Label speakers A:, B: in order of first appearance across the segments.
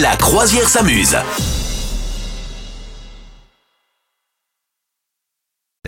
A: La croisière s'amuse.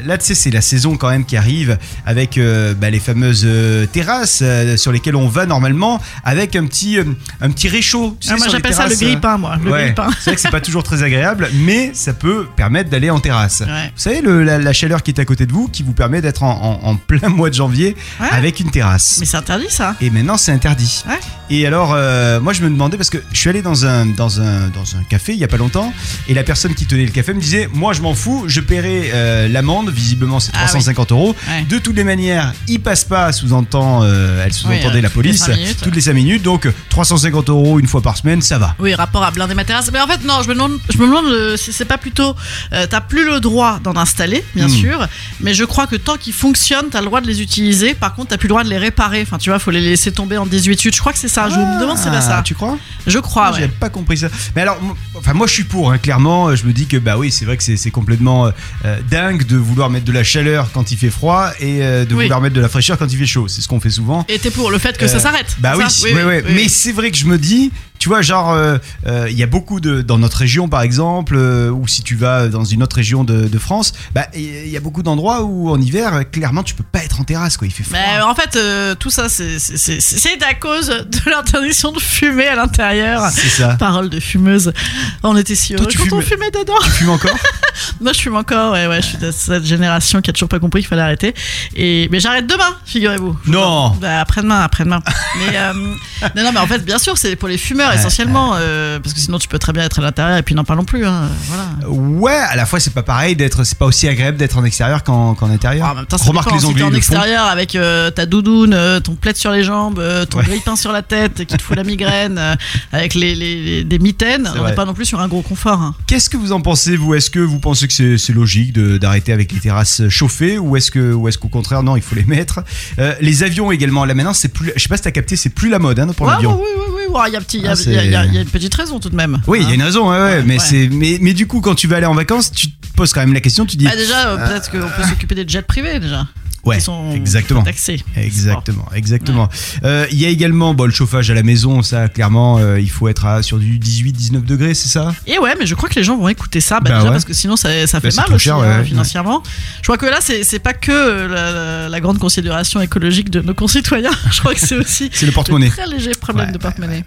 B: Là, tu sais, c'est la saison quand même qui arrive avec euh, bah, les fameuses euh, terrasses euh, sur lesquelles on va normalement avec un petit, euh, un petit réchaud. tu sais,
C: Ah, moi
B: sur les
C: j'appelle ça le
B: terrasses.
C: grille-pain, moi. Le
B: Ouais.
C: grille-pain.
B: C'est vrai que c'est pas toujours très agréable, mais ça peut permettre d'aller en terrasse.
C: Ouais.
B: Vous savez, le- la, la chaleur qui est à côté de vous qui vous permet d'être en, en- en plein mois de janvier
C: Ouais.
B: avec une terrasse.
C: Mais c'est interdit ça.
B: Et maintenant, c'est interdit.
C: Ouais.
B: Et alors, euh, moi, je me demandais, parce que je suis allé dans un, dans un, dans un café il y a pas longtemps, et la personne qui tenait le café me disait Moi, je m'en fous, je paierai euh, l'amende, visiblement, c'est
C: Ah oui.
B: 350 euros.
C: Ouais.
B: De toutes les manières, il passe pas, sous-entend, euh, elle sous-entendait
C: euh,
B: la
C: toutes les
B: police,
C: cinq minutes.
B: toutes les 5 minutes, donc 350 euros une fois par semaine, ça va.
C: Oui, rapport à blinder ma terrasse. Mais en fait, non, je me demande, je me demande euh, si c'est pas plutôt. euh, t'as plus le droit d'en installer, bien
B: Hmm.
C: sûr, mais je crois que tant qu'ils fonctionnent, t'as le droit de les utiliser. Par contre, t'as plus le droit de les réparer. Enfin, tu vois, faut les laisser tomber en 18 Je crois que c'est ça. Je me demande si c'est pas
B: Ah,
C: ça.
B: Tu crois
C: Je crois,
B: J'ai
C: Ah ouais.
B: pas compris ça. Mais alors, m- enfin, moi je suis pour, hein, clairement. euh, Je me dis que, bah oui, c'est vrai que c'est c'est complètement euh, euh, dingue de vouloir mettre de la chaleur quand il fait froid et euh, de
C: Oui.
B: vouloir mettre de la fraîcheur quand il fait chaud. C'est ce qu'on fait souvent.
C: Et t'es pour le fait que
B: Euh,
C: ça s'arrête
B: Bah oui,
C: c'est ça
B: oui, oui, mais c'est vrai que je me dis, tu vois, genre, euh, euh, il y a beaucoup de. Dans notre région, par exemple, euh, ou si tu vas dans une autre région de, de France, bah il y a beaucoup d'endroits où en hiver, euh, clairement, tu peux pas être en terrasse, quoi. Il fait froid.
C: Mais en fait, euh, tout ça, c'est- c'est c'est- c'est à cause de l'interdiction de fumer à l'intérieur.
B: C'est ça.
C: Parole de fumeuse. On était si
B: Toi,
C: heureux
B: tu
C: quand on
B: fumes-
C: fumait dedans.
B: tu fumes encore
C: Moi, je fume encore, ouais, ouais, je suis de cette génération qui a toujours pas compris qu'il fallait arrêter. Et, mais j'arrête demain, figurez-vous.
B: Non.
C: Bah, après-demain, après-demain. mais, euh, non, non, mais en fait, bien sûr, c'est pour les fumeurs
B: Ouais,
C: essentiellement, euh, parce que sinon, tu peux très bien être à l'intérieur et puis n'en parlons plus, hein, voilà.
B: Ouais, à la fois c'est pas pareil d'être, c'est pas aussi agréable d'être en extérieur qu'en qu'en intérieur.
C: Ah, en même temps, ça
B: Remarque
C: dépend,
B: les
C: si
B: Anglais
C: t'es
B: ils
C: en
B: le font.
C: extérieur avec euh, ta doudoune, euh, ton plaid sur les jambes, euh, ton
B: Ouais.
C: grille-pain sur la tête qui te fout la migraine, euh, avec les, les- les- des mitaines,
B: C'est
C: on
B: vrai.
C: n'est pas non plus sur un gros confort. hein.
B: Qu'est-ce que vous en pensez vous Est-ce que vous pensez que c'est c'est logique de- d'arrêter avec les terrasses chauffées ou est-ce que ou est-ce qu'au contraire non il faut les mettre Euh, Les avions également. Là maintenant c'est plus, je sais pas si t'as capté, c'est plus la mode hein, pour
C: Ouais,
B: l'avion.
C: ouais, ouais, ouais, ouais, il y a petit- il y a-
B: Ah,
C: il y a- il y a-
B: c'est-
C: il y a une petite raison tout de même.
B: Oui, il y a
C: hein.
B: une raison, ouais, ouais,
C: Ouais,
B: mais
C: ouais.
B: c'est mais, mais du coup quand tu vas aller en vacances, tu te poses quand même la question, tu dis
C: Bah déjà, euh, peut-être qu'on peut s'occuper des jets privés déjà.
B: Ah. ouais,
C: qui sont
B: exactement.
C: taxés.
B: Exactement, exactement. Euh, Il y a également bon, le chauffage à la maison, ça clairement euh, il faut être à, sur du 18-19 degrés, c'est ça
C: Et ouais, mais je crois que les gens vont écouter ça,
B: Bah
C: bah, déjà
B: ouais. Bah,
C: parce que sinon ça, ça fait
B: c'est
C: mal
B: trop
C: aussi
B: cher, ouais,
C: hein,
B: ouais.
C: financièrement. Je crois que là, c'est c'est pas que euh, la, la- la grande considération écologique de nos concitoyens. Je crois que c'est aussi
B: C'est le
C: un
B: porte-monnaie.
C: très léger problème
B: Ouais,
C: de porte-monnaie.